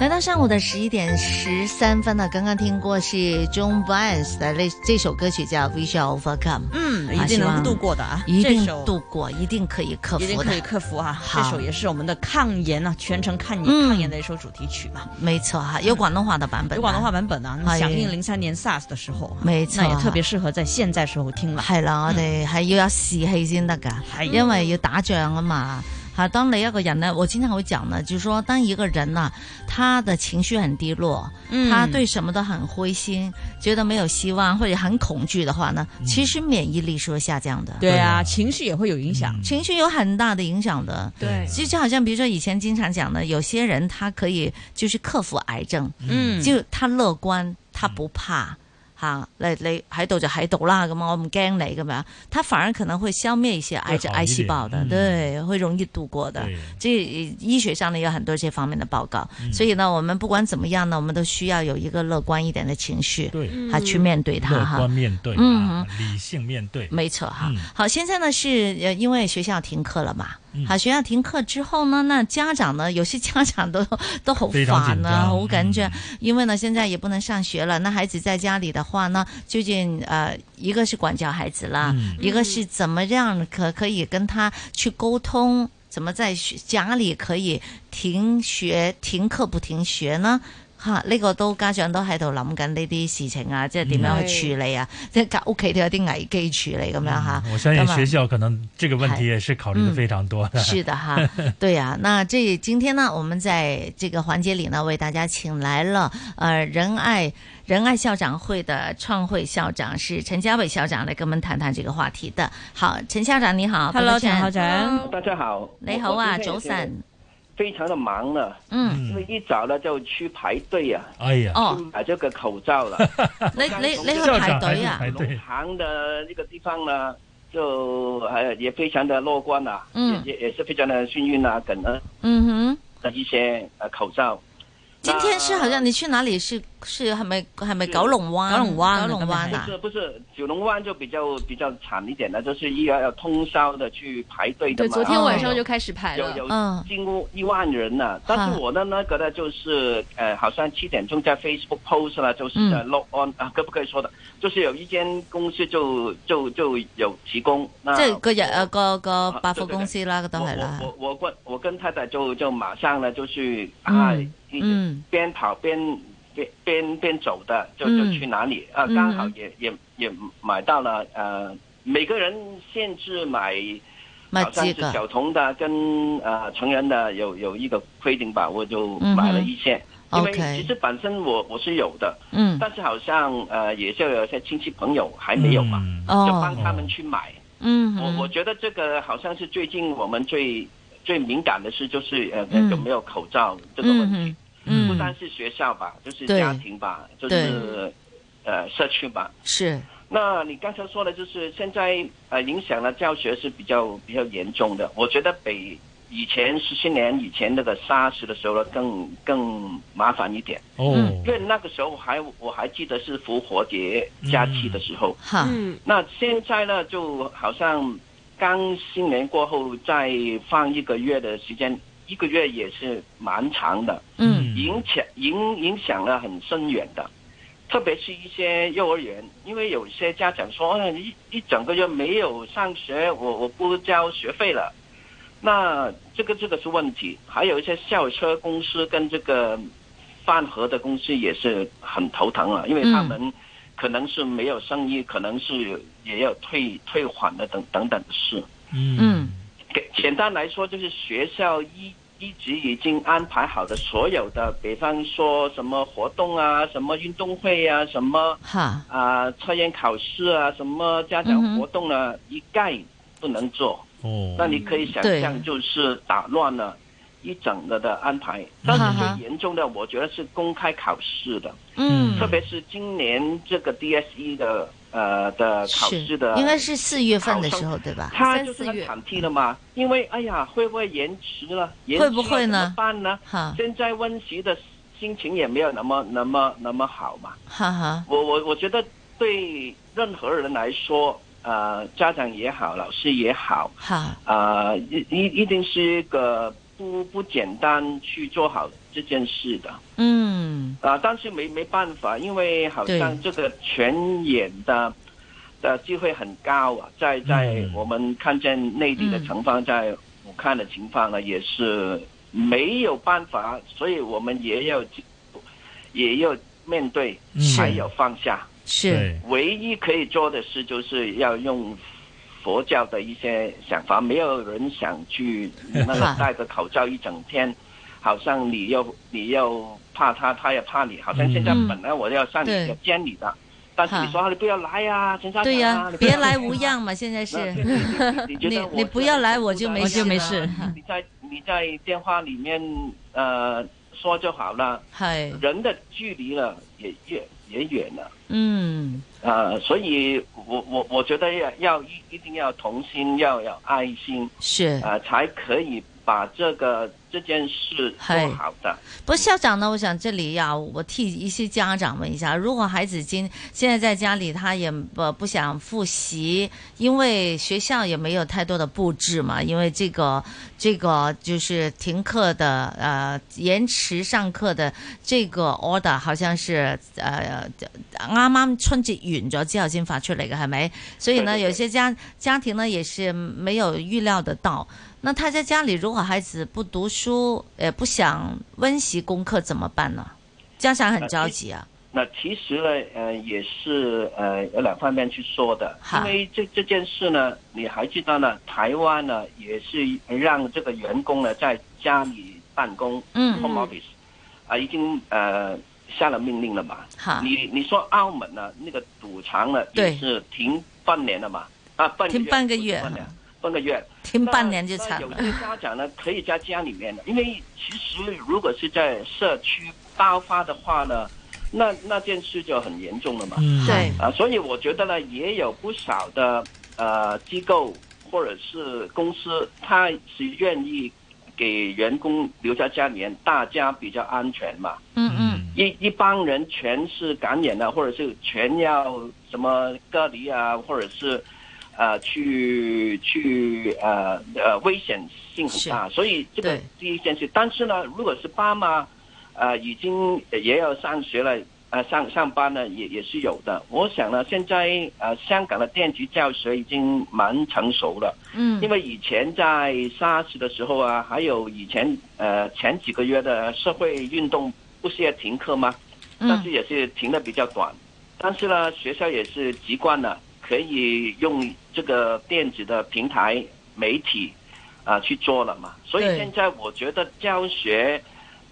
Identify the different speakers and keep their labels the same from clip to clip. Speaker 1: 来到上午的十一点十三分了，刚刚听过是 John Barnes 的那这首歌曲叫《Visual Overcome》，
Speaker 2: 嗯，
Speaker 1: 啊
Speaker 2: 一定
Speaker 1: 希望
Speaker 2: 能度过的啊，
Speaker 1: 一定
Speaker 2: 这首
Speaker 1: 度过，一定可以克
Speaker 2: 一定
Speaker 1: 服
Speaker 2: 可
Speaker 1: 的，
Speaker 2: 以克服啊！
Speaker 1: 好
Speaker 2: 这首也是我们的抗炎啊，全程抗炎、
Speaker 1: 嗯
Speaker 2: 抗炎的一首主题曲嘛。
Speaker 1: 没错哈，有广东话的版本，
Speaker 2: 有广东话。版本啊，
Speaker 1: 哎
Speaker 2: 响应零三年 SARS 的时候啊，
Speaker 1: 没错
Speaker 2: 那也特别适合在現在時候聽啦。
Speaker 1: 系啦，我哋系要有士气先得噶，
Speaker 2: 嗯係
Speaker 1: 因为要打仗啊嘛。好，当你一个人呢，我经常会讲呢，就是说，当一个人呢、他的情绪很低落，
Speaker 2: 嗯
Speaker 1: 他对什么都很灰心，觉得没有希望或者很恐惧的话呢，
Speaker 2: 嗯
Speaker 1: 其实免疫力是会下降的，
Speaker 2: 对啊，情绪也會有影響。
Speaker 1: 情绪有很大的影响的。
Speaker 3: 对
Speaker 1: 其实就好像比如说以前经常讲的，有些人他可以就是克服癌症，
Speaker 2: 嗯，
Speaker 1: 就他樂觀，他不怕吓、你你喺度就喺度啦，咁我唔驚你咁樣，他反而可能會消滅一些癌症
Speaker 4: 會好
Speaker 1: 癌
Speaker 4: 一
Speaker 1: 細
Speaker 4: 點
Speaker 1: 胞的，
Speaker 4: 嗯
Speaker 1: 對，會容易度過的。
Speaker 4: 对，嗯
Speaker 1: 这医学上呢有很多这方面的報告，所以呢，我們不管怎麼樣呢，我們都需要有一個樂觀一點的情緒，
Speaker 4: 对，
Speaker 1: 啊，去面对嗯它
Speaker 4: 乐
Speaker 1: 哈。
Speaker 4: 观面对啊，理性面对，
Speaker 1: 没错哈
Speaker 4: 嗯，
Speaker 1: 好，现在呢是呃，因为学校停课了嘛，
Speaker 4: 嗯
Speaker 1: 好，学校停课之后呢，那家长呢，有些家长都 都好
Speaker 4: 非常
Speaker 1: 烦
Speaker 4: 紧
Speaker 1: 啊，
Speaker 4: 张
Speaker 1: 好紧张
Speaker 4: 嗯，
Speaker 1: 因为呢现在也不能上学了，那孩子在家里的话呢，究竟呃，一个是管教孩子啦，
Speaker 4: 嗯
Speaker 1: 一个是怎么样可可以跟他去沟通，怎么在学家里可以停学停课不停学呢？吓，呢、個都家長都喺度諗緊呢啲事情啊，即係點樣
Speaker 4: 嗯
Speaker 1: 去處理啊？即係隔屋企都有啲危機處理咁樣吓。
Speaker 4: 我相信
Speaker 1: 咁啊
Speaker 4: 学校可能这个问题也是考虑的非常多的。
Speaker 1: 是的哈，对呀、那这今天呢，我们在这个环节里呢，为大家请来了呃仁爱仁爱校长会的创会校长是陈家伟校长来跟我们谈谈这个话题的。好，陈校长你好
Speaker 2: Hello，
Speaker 1: 不
Speaker 2: 陳校
Speaker 1: 樂
Speaker 2: 長，
Speaker 5: 大家好，
Speaker 1: 你好啊，
Speaker 5: 我
Speaker 1: 早，
Speaker 5: 我今天也是
Speaker 1: 晨，
Speaker 5: 非常的忙呢，
Speaker 1: 嗯，
Speaker 5: 因为
Speaker 4: 嗯，
Speaker 5: 一早呢就去排队啊，
Speaker 4: 哎呀，
Speaker 1: 哦，
Speaker 5: 买这个口罩了。
Speaker 1: 你你你去
Speaker 4: 校
Speaker 1: 排
Speaker 4: 长还
Speaker 1: 队
Speaker 4: 是
Speaker 1: 啊？
Speaker 4: 排
Speaker 5: 农
Speaker 4: 队，
Speaker 5: 行的那个地方呢，就呃也非常的乐观啊，
Speaker 1: 嗯
Speaker 5: 也也也是非常的幸运啊，感恩
Speaker 1: 嗯哼，
Speaker 5: 的一些呃口罩。
Speaker 1: 今天是好像你去哪里是是还没还没
Speaker 5: 是
Speaker 1: 九龙湾？
Speaker 2: 九龍灣啊
Speaker 1: 九龍灣
Speaker 5: 不
Speaker 1: 啊？
Speaker 5: 是不是，九龙湾就比较比较惨一点了，就是又要要通宵的去排队的
Speaker 3: 对，
Speaker 5: 嘛。
Speaker 3: 昨天晚上就开始排
Speaker 5: 有
Speaker 3: 了，
Speaker 5: 有
Speaker 1: 嗯
Speaker 5: 近乎一万人呢、但是我的那个呢，就是呃，好像七点钟在 Facebook post 了，就是
Speaker 1: 嗯
Speaker 5: 呃 log on 啊，可不可以说的？就是有一间公司就就就有提供，那
Speaker 1: 即係個日
Speaker 5: 啊我啊
Speaker 1: 誒個個百貨
Speaker 5: 對對對
Speaker 1: 公司啦，都係啦
Speaker 5: 我，啊我我我跟我跟太太就就马上呢，就去啊，
Speaker 1: 嗯
Speaker 5: 一
Speaker 1: 嗯
Speaker 5: 边跑边边边边走的，就
Speaker 1: 嗯
Speaker 5: 就去哪里啊？
Speaker 1: 嗯
Speaker 5: 刚好也也也买到了呃，每个人限制买。
Speaker 1: 咪
Speaker 5: 好像
Speaker 1: 知
Speaker 5: 啊是
Speaker 1: 噶。
Speaker 5: 小童的跟呃成人的有有一个规定吧，我就
Speaker 1: 嗯哼
Speaker 5: 买了一些。因为
Speaker 1: OK
Speaker 5: 其实本身我我是有的，
Speaker 1: 嗯，
Speaker 5: 但是好像呃也是有一些亲戚朋友还没有嘛，
Speaker 4: 嗯
Speaker 5: 就
Speaker 1: 哦
Speaker 5: 帮，他们去买。
Speaker 1: 嗯哼，
Speaker 5: 我我觉得这个好像是最近我们最最敏感的事，就是呃
Speaker 1: 嗯
Speaker 5: 有没有口罩这个问
Speaker 1: 嗯
Speaker 5: 题，
Speaker 1: 哼，
Speaker 5: 不
Speaker 1: 嗯，
Speaker 5: 单是学校吧，就是
Speaker 1: 对
Speaker 5: 家庭吧，就
Speaker 1: 对
Speaker 5: 是呃社区吧。
Speaker 1: 是，
Speaker 5: 那你刚才说的，就是现在呃影响了教学是比较呃比较严重的。我觉得比以前十七年以前那个 SARS 的时候呢，更更麻烦一点，
Speaker 4: 哦
Speaker 1: 嗯，
Speaker 5: 因为那个时候还我还记得是复活节假期的时候。
Speaker 1: 哈，
Speaker 3: 嗯，
Speaker 5: 那现在呢，就好像刚新年过后再放一个月的时间，一个月也是蛮长的。
Speaker 1: 嗯，
Speaker 5: 影响影影响了很深远的，特别是一些幼儿园，因为有些家长说，哎、一一整个月没有上学，我我不交学费了，那这个这个是问题。还有一些校车公司跟这个饭盒的公司也是很头疼啊，因为他们可能是没有生意，可能是也有退退还的等等等的事。
Speaker 4: 嗯
Speaker 1: 嗯
Speaker 5: 给简单来说，就是学校一一直已经安排好的所有的，比方说什么活动啊，什么运动会啊，什么
Speaker 1: 哈，
Speaker 5: 啊、测验考试啊，什么家
Speaker 1: 嗯
Speaker 5: 长
Speaker 1: 哼
Speaker 5: 活动啊，一概不能做。
Speaker 4: 哦，
Speaker 5: 那你可以想
Speaker 1: 对
Speaker 5: 象，就是打乱了一一整个的安排。但是
Speaker 1: 嗯
Speaker 5: 最严重的，我觉得是公开考试的，
Speaker 1: 嗯
Speaker 4: 嗯
Speaker 5: 特别是今年这个 DSE 的呃的考
Speaker 1: 是
Speaker 5: 试的，
Speaker 1: 应该是四月份的时候对吧？
Speaker 5: 他
Speaker 3: 三
Speaker 5: 就是
Speaker 3: 四
Speaker 5: 很
Speaker 3: 月
Speaker 5: 忐忑了嘛，因为哎呀，会不会延迟了？延迟
Speaker 1: 会
Speaker 5: 了
Speaker 1: 不会
Speaker 5: 怎么
Speaker 1: 呢啊
Speaker 5: 办呢？
Speaker 1: 哈
Speaker 5: 现在温习的心情也没有那么、那么、那么好嘛。
Speaker 1: 哈哈，
Speaker 5: 我我我觉得对任何人来说，呃，家长也好，老师也好，
Speaker 1: 好，
Speaker 5: 呃，一一一定是一个不不简单去做好这件事的。
Speaker 1: 嗯
Speaker 5: 啊、但是没没办法，因为好像这个全眼的的机会很高啊，在在
Speaker 4: 嗯
Speaker 5: 我们看见内地的情况，在武汉的情况呢，也是没有办法，所以我们也要也要面对，
Speaker 4: 嗯
Speaker 5: 还有放下。
Speaker 1: 是
Speaker 4: 对，
Speaker 5: 唯一可以做的事，就是要用佛教的一些想法，没有人想去那个戴着口罩一整 天，好像你又你又怕他，他也怕你，好像现在
Speaker 1: 嗯
Speaker 5: 本来我要上你
Speaker 1: 对
Speaker 5: 要见你的，但是你说啊你不要来呀、陈校长啊，
Speaker 1: 对呀
Speaker 5: 你，不要
Speaker 1: 别来无恙嘛，现在
Speaker 5: 那
Speaker 1: 是
Speaker 5: 你你觉
Speaker 1: 你
Speaker 5: 得我
Speaker 1: 你不要来我就没
Speaker 2: 我就没
Speaker 1: 事嗯
Speaker 2: 事
Speaker 1: 啦，
Speaker 5: 你在你在电话里面呃说就好了，
Speaker 1: 系
Speaker 5: 人的距离了也越也远了。
Speaker 1: 嗯
Speaker 5: 呃，所以我我我觉得要要一一定要同心，要有爱心，
Speaker 1: 是。
Speaker 5: 呃，才可以把这个这件事做好的。
Speaker 1: 不过校长呢，我想这里呀，我替一些家长问一下，如果孩子今现在在家里，他也不不想复习，因为学校也没有太多的布置嘛，因为这个这个就是停课的呃延迟上课的这个 order 好像是呃啱啱春節完咗之後先發出嚟嘅係咪？所以呢，
Speaker 5: 對對對
Speaker 1: 有些家家庭呢也是沒有預料得到。那他在家裡如果孩子不讀書，呃不想溫習功課怎麼辦呢？家長很着急啊，
Speaker 5: 那其实呢，呃，也是呃有两方面去说的，
Speaker 1: 好
Speaker 5: 因为这这件事呢，你还知道呢，台湾呢也是让这个员工呢在家里办公、
Speaker 1: 嗯
Speaker 5: home office，啊、已经呃下了命令了嘛。
Speaker 1: 哈，
Speaker 5: 你你说澳门呢，那个赌场呢
Speaker 1: 啊对
Speaker 5: 也是停半年了嘛？啊，半
Speaker 1: 停半个
Speaker 5: 不是
Speaker 1: 月
Speaker 5: 半年，半个月，
Speaker 1: 停半年就
Speaker 5: 那
Speaker 1: 慘
Speaker 5: 那有
Speaker 1: 了，
Speaker 5: 些家长呢，可以在家里面的，因为其实如果是在社区爆发的话呢，那那件事就很严重了嘛。
Speaker 4: 嗯
Speaker 1: 对
Speaker 5: 啊，所以我觉得呢，也有不少的呃机构或者是公司，他是愿意给员工留在家里面，大家比较安全嘛。
Speaker 1: 嗯嗯，
Speaker 5: 一一帮人全是感染了，或者是全要什么隔离啊，或者是呃去去呃呃危险性很大，所以这个
Speaker 1: 对
Speaker 5: 第一件事。但是呢，如果是爸妈呃已经也要上学了。呃，上上班呢也也是有的。我想呢，现在呃，香港的电子教学已经蛮成熟了，
Speaker 1: 嗯
Speaker 5: 因为以前在 SARS 的时候啊，还有以前呃前几个月的社会运动不是也停课吗？但是
Speaker 1: 嗯
Speaker 5: 也是停的比较短。但是呢，学校也是习惯了，可以用这个电子的平台媒体啊、去做了嘛。所以
Speaker 1: 对
Speaker 5: 现在我觉得教学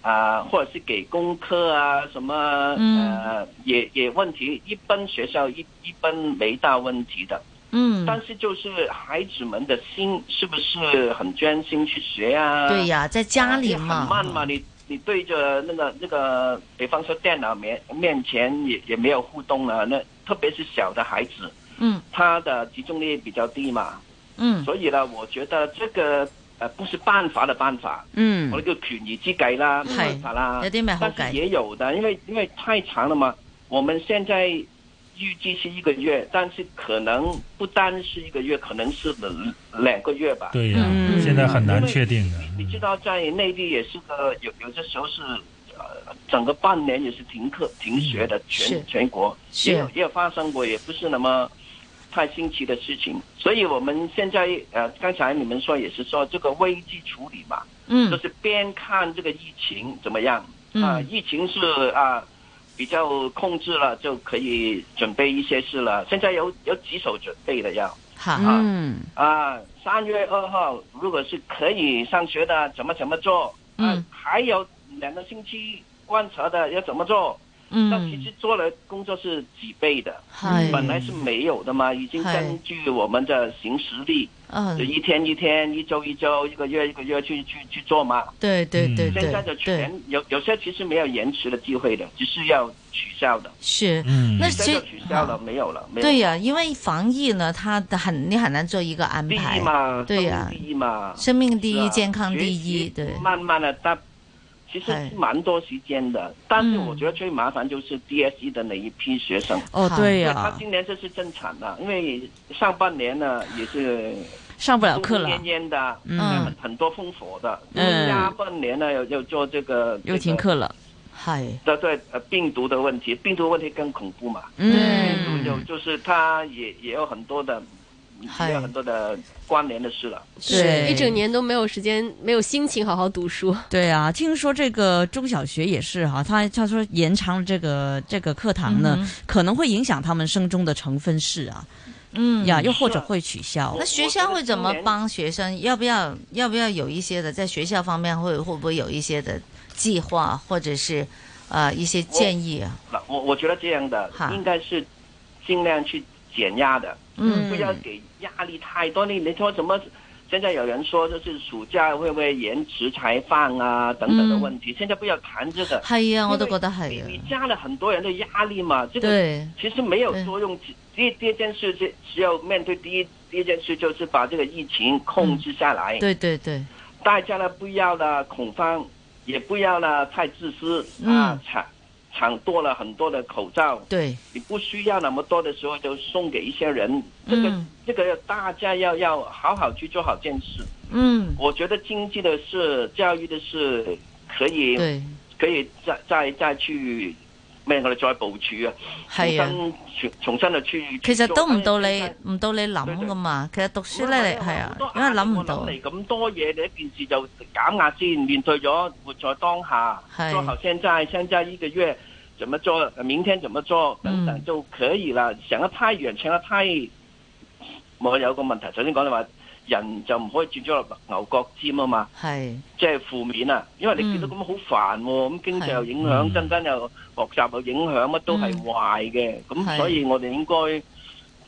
Speaker 5: 啊、或者是给功课啊什么
Speaker 1: 嗯
Speaker 5: 呃，也也问题，一般学校一一般没大问题的。但
Speaker 1: 嗯，
Speaker 5: 是就是孩子们的心是不是很专心去学啊？
Speaker 1: 對呀，在家裡
Speaker 5: 你很慢嘛，你你对着那个那个，比方说电脑面面前也也没有互动了，那特别是小的孩子，
Speaker 1: 嗯
Speaker 5: 他的集中力比较低嘛，
Speaker 1: 嗯
Speaker 5: 所以呢，我觉得这个呃不是办法的办法，
Speaker 2: 嗯
Speaker 5: 我，呢叫權宜之計啦，冇辦法啦
Speaker 1: 有。啲咩好
Speaker 5: 但是
Speaker 1: 計？
Speaker 5: 也有的，因為因為太長了嘛。我們現在預計是一個月，但是可能不單是一個月，可能是兩两个月吧。
Speaker 4: 对呀，
Speaker 2: 嗯
Speaker 4: 现在很难确定的，
Speaker 5: 你知道，在内地也是个有有些时候是，呃，整个半年也是停课停学的，
Speaker 1: 嗯是
Speaker 5: 全全国
Speaker 1: 是
Speaker 5: 也有也有发生过，也不是那么太新奇的事情。所以我们现在呃，刚才你们说也是说这个危机处理嘛，
Speaker 1: 嗯
Speaker 5: 就是边看这个疫情怎么样
Speaker 1: 嗯
Speaker 5: 啊、疫情是啊。比较控制了，就可以准备一些事了。现在有有几手准备的要，
Speaker 1: 好，
Speaker 2: 嗯，
Speaker 5: 啊，三月二号，如果是可以上学的，怎么怎么做？啊
Speaker 1: 嗯，
Speaker 5: 还有两个星期观察的要怎么做？
Speaker 1: 嗯
Speaker 5: 那其实做了工作是几倍的，
Speaker 1: 係
Speaker 5: 本来是没有的嘛，已经
Speaker 1: 是
Speaker 5: 根据我们的行实力，就
Speaker 1: 嗯，
Speaker 5: 一天一天、一周一周、一个月一个月去去去做嘛。
Speaker 1: 对对对
Speaker 5: 嗯现在就
Speaker 1: 对对，
Speaker 5: 全有有些其实没有延迟的机会的，只是要取消的，
Speaker 1: 是。
Speaker 4: 嗯，
Speaker 1: 那
Speaker 5: 现
Speaker 1: 其
Speaker 5: 在
Speaker 1: 实啊
Speaker 5: 就取消了，没有了，没有。
Speaker 1: 对呀、因为防疫呢，它的很你很难做一个安
Speaker 5: 第
Speaker 1: 排
Speaker 5: 一，嘛，
Speaker 1: 对呀
Speaker 5: 生意第一嘛，
Speaker 1: 生命第
Speaker 5: 是
Speaker 1: 一，
Speaker 5: 啊
Speaker 1: 健康
Speaker 5: 学
Speaker 1: 第一，
Speaker 5: 习
Speaker 1: 对，
Speaker 5: 慢慢的，它其实
Speaker 1: 是
Speaker 5: 是蛮多时间的，但是
Speaker 1: 嗯
Speaker 5: 我觉得最麻烦就是 DSE 的那一批学生，
Speaker 2: 哦，
Speaker 1: 好
Speaker 2: 对
Speaker 5: 因
Speaker 2: 呀、
Speaker 5: 为他今年这是正常的，因为上半年呢也是
Speaker 2: 上不了
Speaker 5: 疯
Speaker 2: 课
Speaker 5: 疯
Speaker 2: 了
Speaker 5: 癫，癫的，
Speaker 1: 嗯，
Speaker 5: 很多烽火的，
Speaker 2: 嗯
Speaker 5: 下半年呢又又做这个
Speaker 2: 又停。
Speaker 5: 这个
Speaker 2: 课了。
Speaker 1: 系，
Speaker 5: 对对，呃，病毒的问题，病毒问题更恐怖嘛，
Speaker 1: 嗯
Speaker 5: 有就是它也也有很多的，
Speaker 1: 是
Speaker 5: 也有很多的关联的事了。
Speaker 2: 对
Speaker 3: 一整年都没有时间，没有心情好好读书。
Speaker 2: 对啊，听说这个中小学也是哈、他他说延长这个这个课堂呢，
Speaker 1: 嗯
Speaker 2: 可能会影响他们升中的成分式啊，
Speaker 1: 嗯，
Speaker 2: 呀，又或者会取消
Speaker 1: 那。学校会怎么帮学生？要不要要不要有一些的在学校方面会会不会有一些的计划或者是呃一些建议啊？
Speaker 5: 那我我觉得这样的
Speaker 1: 哈
Speaker 5: 应该是尽量去减压的，
Speaker 1: 嗯
Speaker 5: 不要给压力太多。你你说什么？现在有人说就是暑假会不会延迟才放啊等
Speaker 1: 嗯
Speaker 5: 等的问题，现在不要谈这个。
Speaker 1: 系啊，我都
Speaker 5: 因
Speaker 1: 觉
Speaker 5: 为
Speaker 1: 得系
Speaker 5: 你
Speaker 1: 啊
Speaker 5: 你，加了很多人的压力嘛，这个
Speaker 1: 对，
Speaker 5: 其实没有
Speaker 1: 对
Speaker 5: 作用。第第一件事是是要面对第一第一件事就是把这个疫情控制下来，
Speaker 1: 嗯对对对，
Speaker 5: 大家呢不要了恐慌，也不要了太自私、
Speaker 1: 嗯
Speaker 5: 啊，抢抢多了很多的口罩，
Speaker 1: 对，
Speaker 5: 你不需要那么多的时候就送给一些人，这个、
Speaker 1: 嗯
Speaker 5: 这个大家要要好好去做好件事。
Speaker 1: 嗯，
Speaker 5: 我觉得经济的事、教育的事，可以
Speaker 1: 对，
Speaker 5: 可以再再再去咩我哋再部署啊，重
Speaker 1: 系啊。
Speaker 5: 新重重新就去。
Speaker 1: 其實
Speaker 5: 去做
Speaker 1: 都唔到
Speaker 5: 因為
Speaker 1: 你
Speaker 5: 現在
Speaker 1: 唔到你諗噶嘛，其實讀書咧你係啊，因為諗唔到，
Speaker 5: 嚟咁多嘢，你一件事就減壓先，面對咗活在當下，
Speaker 1: 係
Speaker 5: 做好現在，現在一個月怎麼做，明天怎麼做等等
Speaker 1: 嗯
Speaker 5: 就可以啦。想得太遠，想得太，我有個問題，首先講你話人就唔可以轉咗落牛角尖啊嘛，
Speaker 1: 係
Speaker 5: 即係負面啊，因為你見到
Speaker 1: 嗯
Speaker 5: 咁好煩喎，咁經濟
Speaker 1: 係
Speaker 5: 又影響，
Speaker 4: 嗯
Speaker 5: 陣間又學習又影響，乜都係
Speaker 1: 嗯
Speaker 5: 壞嘅，
Speaker 1: 係
Speaker 5: 咁所以我哋應該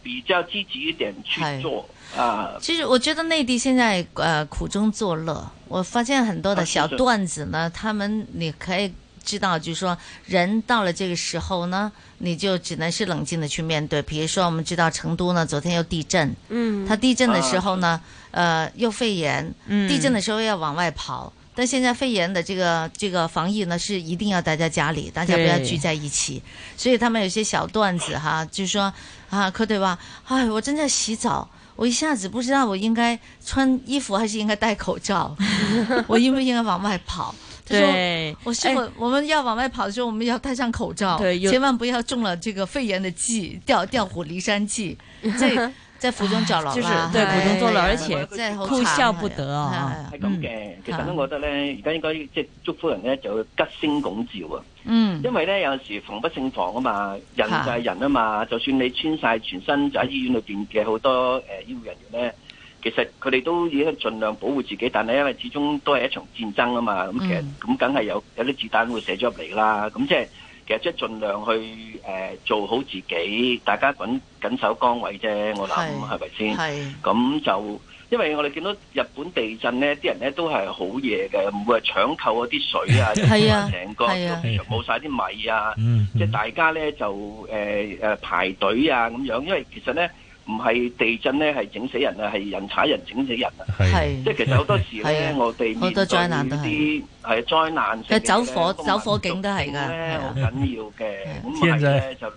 Speaker 5: 比較積極一點去
Speaker 1: 係嗯
Speaker 5: 做啊。
Speaker 1: 其實我覺得內地現在呃苦中作樂，我發現很多的
Speaker 5: 啊是
Speaker 1: 小
Speaker 5: 是
Speaker 1: 段子呢，他們你可以知道，就是說人到了這個時候呢，你就只能是冷靜的去面對。比如說，我們知道成都呢，昨天又地震，
Speaker 3: 嗯，
Speaker 1: 它地震的時候呢，
Speaker 5: 啊
Speaker 1: 呃，又肺炎，
Speaker 2: 嗯
Speaker 1: 地震的时候要往外跑。但现在肺炎的这个这个防疫呢，是一定要待在家里，大家不要
Speaker 2: 对
Speaker 1: 聚在一起。所以他们有些小段子哈，就说啊，柯对吧？哎，我正在洗澡，我一下子不知道我应该穿衣服还是应该戴口罩， 我应不应该往外跑？他说
Speaker 2: 对，
Speaker 1: 我是否、我们要往外跑的时候，我们要戴上口罩，
Speaker 2: 哎对有
Speaker 1: 千万不要中了这个肺炎的忌，调调虎离山 计，在在府中找老
Speaker 2: 就是
Speaker 1: 啦
Speaker 2: 對
Speaker 1: 哎
Speaker 5: 苦中作樂
Speaker 1: 呀
Speaker 5: 而且
Speaker 1: 真係好
Speaker 2: 哭
Speaker 1: 慘
Speaker 2: 笑不得啊
Speaker 1: 係啊
Speaker 5: 係咁嘅，其實
Speaker 1: 嚇
Speaker 5: 咧，我覺得咧，而家應該即係祝福人咧，就要吉星拱照啊！
Speaker 1: 嗯，
Speaker 5: 因為咧有陣時防不勝防啊嘛，人就
Speaker 1: 嚇
Speaker 5: 係人啊嘛，就算你穿晒全身就喺醫院裏邊嘅好多誒、呃、醫護人員咧，其實佢哋都已經盡量保護自己，但係因為始終都係一場戰爭啊嘛，咁其實
Speaker 1: 嗯
Speaker 5: 咁梗係有有啲子彈會射咗入嚟啦，咁即係其實即係盡量去誒、呃做好自己，大家緊緊守崗位啫，我諗
Speaker 1: 係
Speaker 5: 係咪先？
Speaker 1: 係
Speaker 5: 咁就因為我哋見到日本地震咧，啲人咧都係好嘢嘅，唔會係搶購嗰啲水啊，又唔會
Speaker 1: 係啊
Speaker 5: 話成個
Speaker 1: 係啊
Speaker 5: 又冇晒啲米啊，
Speaker 4: 嗯，
Speaker 5: 即係大家咧就誒誒、呃排隊啊咁樣，因為其實咧唔係地震咧係整死人啊，係人踩人整死人啊，
Speaker 4: 係
Speaker 5: 即係其實好多時
Speaker 1: 嗯係
Speaker 5: 咧
Speaker 1: 啊
Speaker 5: 我哋面
Speaker 1: 好多災難都
Speaker 5: 對呢
Speaker 1: 係
Speaker 5: 啲係災難性嘅
Speaker 1: 佢走火
Speaker 5: 咧
Speaker 1: 走火警都係㗎
Speaker 5: 個民族性
Speaker 1: 係
Speaker 5: 咧
Speaker 1: 啊
Speaker 5: 好緊要嘅，咁
Speaker 4: 天啊
Speaker 5: 係
Speaker 4: 災
Speaker 5: 咧就。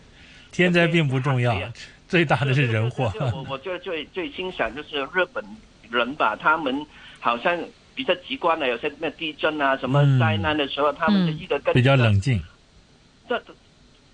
Speaker 4: 天灾并不重要，最大的是人祸。
Speaker 5: 我我就最最欣赏就是日本人吧，他们好像比较直观的，有些那地震啊什么
Speaker 4: 嗯
Speaker 5: 灾难的时候，他们的一个跟
Speaker 4: 比较，冷静，
Speaker 5: 这这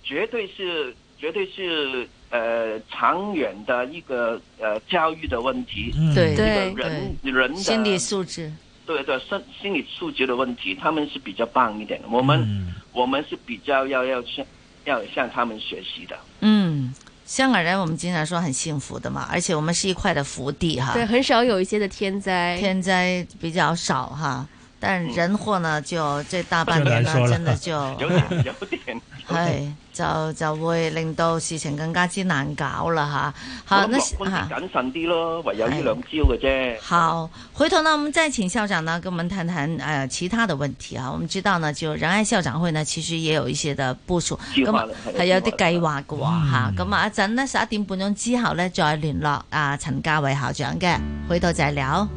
Speaker 5: 绝对是绝对是呃长远的一个呃教育的问题，
Speaker 4: 嗯，
Speaker 1: 对
Speaker 5: 一
Speaker 3: 对
Speaker 5: 个人人的
Speaker 1: 心理素质，
Speaker 5: 对对心心理素质的问题，他们是比较棒一点的，我们、
Speaker 4: 嗯
Speaker 5: 我们是比较要要向要向他们学 习的。
Speaker 1: 嗯，香港人我们经常说很幸福的嘛，而且我们是一块的福地哈，
Speaker 3: 对，很少有一些的天灾。
Speaker 1: 天灾比较少哈，但人祸呢，就这大半
Speaker 4: 就难
Speaker 1: 年呢，
Speaker 4: 说了
Speaker 1: 真的就
Speaker 5: 有点有点
Speaker 1: 係就就會令到事情更加之難搞啦吓。好，
Speaker 5: 我
Speaker 1: 那
Speaker 5: 諗樂觀
Speaker 1: 嚇
Speaker 5: 啲謹慎啲咯，唯有呢兩招嘅啫。
Speaker 1: 好，回头呢，我们再请校长呢跟我们谈谈呃其他的问题啊。我們知道呢，就仁愛校長會呢，其實也有一些嘅部署，
Speaker 5: 計
Speaker 1: 咁
Speaker 5: 劃
Speaker 1: 啊
Speaker 5: 啦係
Speaker 1: 係有啲計劃嘅喎
Speaker 4: 嗯
Speaker 1: 嚇。咁啊一陣呢，十一點半鐘之後呢，再聯絡啊陳家偉校長嘅，回頭再聊。